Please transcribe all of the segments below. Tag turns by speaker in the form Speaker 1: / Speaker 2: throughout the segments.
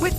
Speaker 1: With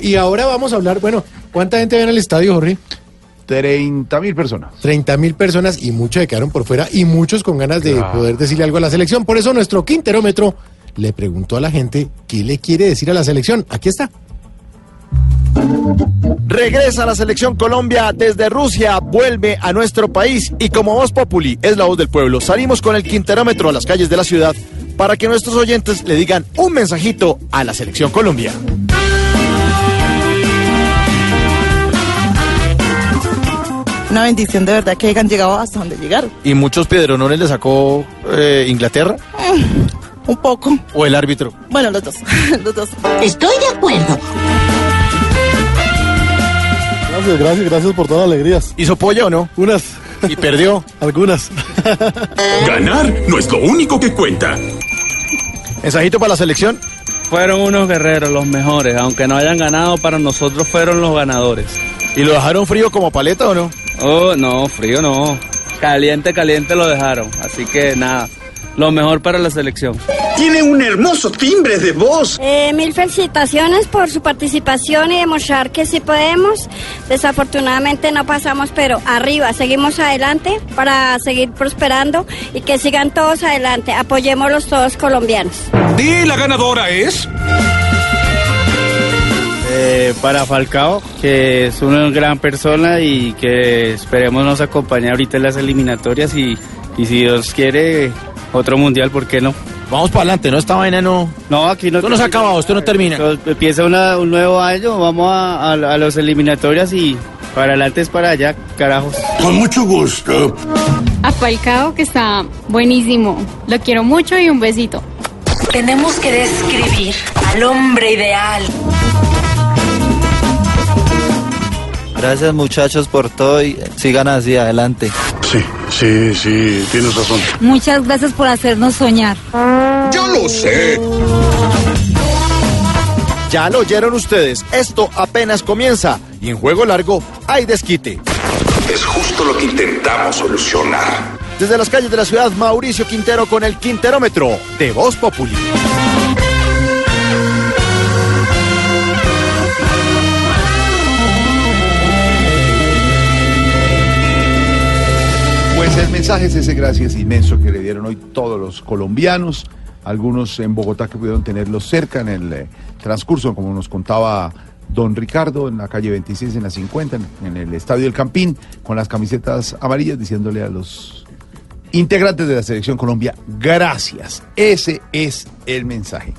Speaker 2: Y ahora vamos a hablar, bueno, ¿cuánta gente ve en el estadio, Jorge?
Speaker 3: 30 mil personas.
Speaker 2: 30 mil personas y muchos se quedaron por fuera y muchos con ganas de poder decirle algo a la selección. Por eso nuestro quinterómetro le preguntó a la gente qué le quiere decir a la selección. Aquí está.
Speaker 4: Regresa la selección Colombia desde Rusia, vuelve a nuestro país y como voz populi es la voz del pueblo, salimos con el quinterómetro a las calles de la ciudad para que nuestros oyentes le digan un mensajito a la selección Colombia.
Speaker 5: Una bendición de verdad que hayan llegado hasta donde llegaron.
Speaker 4: ¿Y muchos piedronones le sacó eh, Inglaterra
Speaker 5: Un poco.
Speaker 4: o el árbitro?
Speaker 5: Bueno, los dos. Los dos.
Speaker 6: Estoy de acuerdo.
Speaker 2: Gracias, gracias, gracias por todas las alegrías.
Speaker 4: ¿Hizo pollo o no?
Speaker 2: Unas,
Speaker 4: Y perdió.
Speaker 2: algunas.
Speaker 7: Ganar no es lo único que cuenta.
Speaker 4: ¿Mensajito para la selección?
Speaker 8: Fueron unos guerreros, los mejores, aunque no hayan ganado, para nosotros fueron los ganadores.
Speaker 4: ¿Y lo dejaron frío como paleta o no?
Speaker 8: Oh, no, frío no. Caliente, caliente lo dejaron. Así que nada, lo mejor para la selección.
Speaker 7: Tiene un hermoso timbre de voz.
Speaker 6: Eh, mil felicitaciones por su participación y demostrar que sí podemos. Desafortunadamente no pasamos, pero arriba, seguimos adelante para seguir prosperando y que sigan todos adelante. Apoyémoslos todos colombianos.
Speaker 7: Di la ganadora es.
Speaker 8: Eh, para Falcao, que es una gran persona y que esperemos nos acompañe ahorita en las eliminatorias y, y si Dios quiere, otro mundial, ¿por qué no?
Speaker 4: Vamos para adelante, no esta vaina no.
Speaker 8: No, aquí no.
Speaker 4: Esto no se acaba, esto no termina.
Speaker 8: Esto Empieza una- un nuevo año, vamos a, a, a los eliminatorias y para adelante es para allá, carajos.
Speaker 7: Con mucho gusto.
Speaker 6: A Falcao, que está buenísimo. Lo quiero mucho y un besito.
Speaker 9: Tenemos que describir al hombre ideal.
Speaker 8: Gracias muchachos por todo y sigan así adelante.
Speaker 7: Sí, sí, sí, tienes razón.
Speaker 6: Muchas gracias por hacernos soñar.
Speaker 7: Yo lo sé.
Speaker 4: Ya lo oyeron ustedes, esto apenas comienza y en juego largo hay desquite.
Speaker 7: Es justo lo que intentamos solucionar.
Speaker 4: Desde las calles de la ciudad, Mauricio Quintero con el Quinterómetro de Voz Populi.
Speaker 3: Pues el mensaje es ese gracias inmenso que le dieron hoy todos los colombianos, algunos en Bogotá que pudieron tenerlo cerca en el eh, transcurso, como nos contaba don Ricardo, en la calle 26, en la 50, en- en el Estadio del Campín, con las camisetas amarillas, diciéndole a los integrantes de la Selección Colombia, gracias. Ese es el mensaje.